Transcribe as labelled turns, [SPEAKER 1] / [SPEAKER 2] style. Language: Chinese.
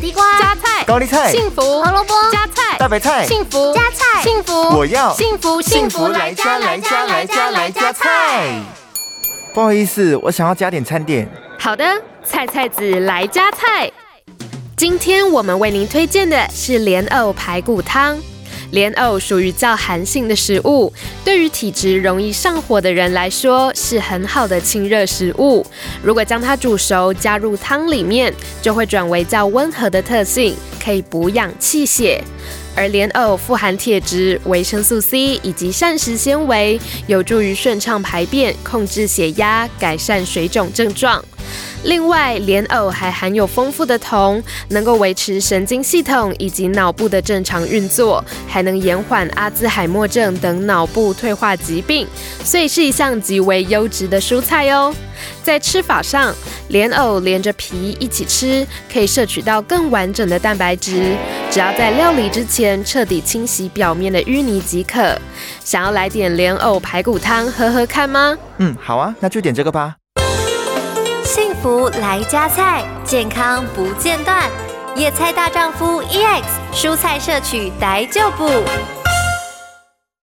[SPEAKER 1] 地瓜、
[SPEAKER 2] 加菜、
[SPEAKER 3] 高丽菜、
[SPEAKER 2] 幸福、
[SPEAKER 1] 胡萝卜、
[SPEAKER 2] 加菜、
[SPEAKER 3] 大白菜、
[SPEAKER 2] 幸福、
[SPEAKER 1] 加菜
[SPEAKER 2] 幸福，
[SPEAKER 3] 我要
[SPEAKER 2] 幸福
[SPEAKER 1] 幸
[SPEAKER 2] 幸福
[SPEAKER 1] 福
[SPEAKER 2] 来
[SPEAKER 1] 来
[SPEAKER 2] 加
[SPEAKER 1] 家
[SPEAKER 2] 来加来加来加菜。。
[SPEAKER 3] 不好意思，我想要加点餐点。
[SPEAKER 2] 好的，菜菜子来加菜。今天我们为您推荐的是莲藕排骨汤。莲藕属于较寒性的食物，对于体质容易上火的人来说是很好的清热食物。如果将它煮熟，加入汤里面，就会转为较温和的特性，可以补养气血。而莲藕富含铁质、维生素 C 以及膳食纤维，有助于顺畅排便、控制血压、改善水肿症状。另外，莲藕还含有丰富的铜，能够维持神经系统以及脑部的正常运作，还能延缓阿兹海默症等脑部退化疾病，所以是一项极为优质的蔬菜哦。在吃法上，莲藕连着皮一起吃，可以摄取到更完整的蛋白质。只要在料理之前彻底清洗表面的淤泥即可。想要来点莲藕排骨汤喝喝看吗？
[SPEAKER 3] 嗯，好啊，那就点这个吧。
[SPEAKER 1] 幸福来加菜，健康 E 不间断。野菜大丈夫 EX 蔬菜摄取逮就补。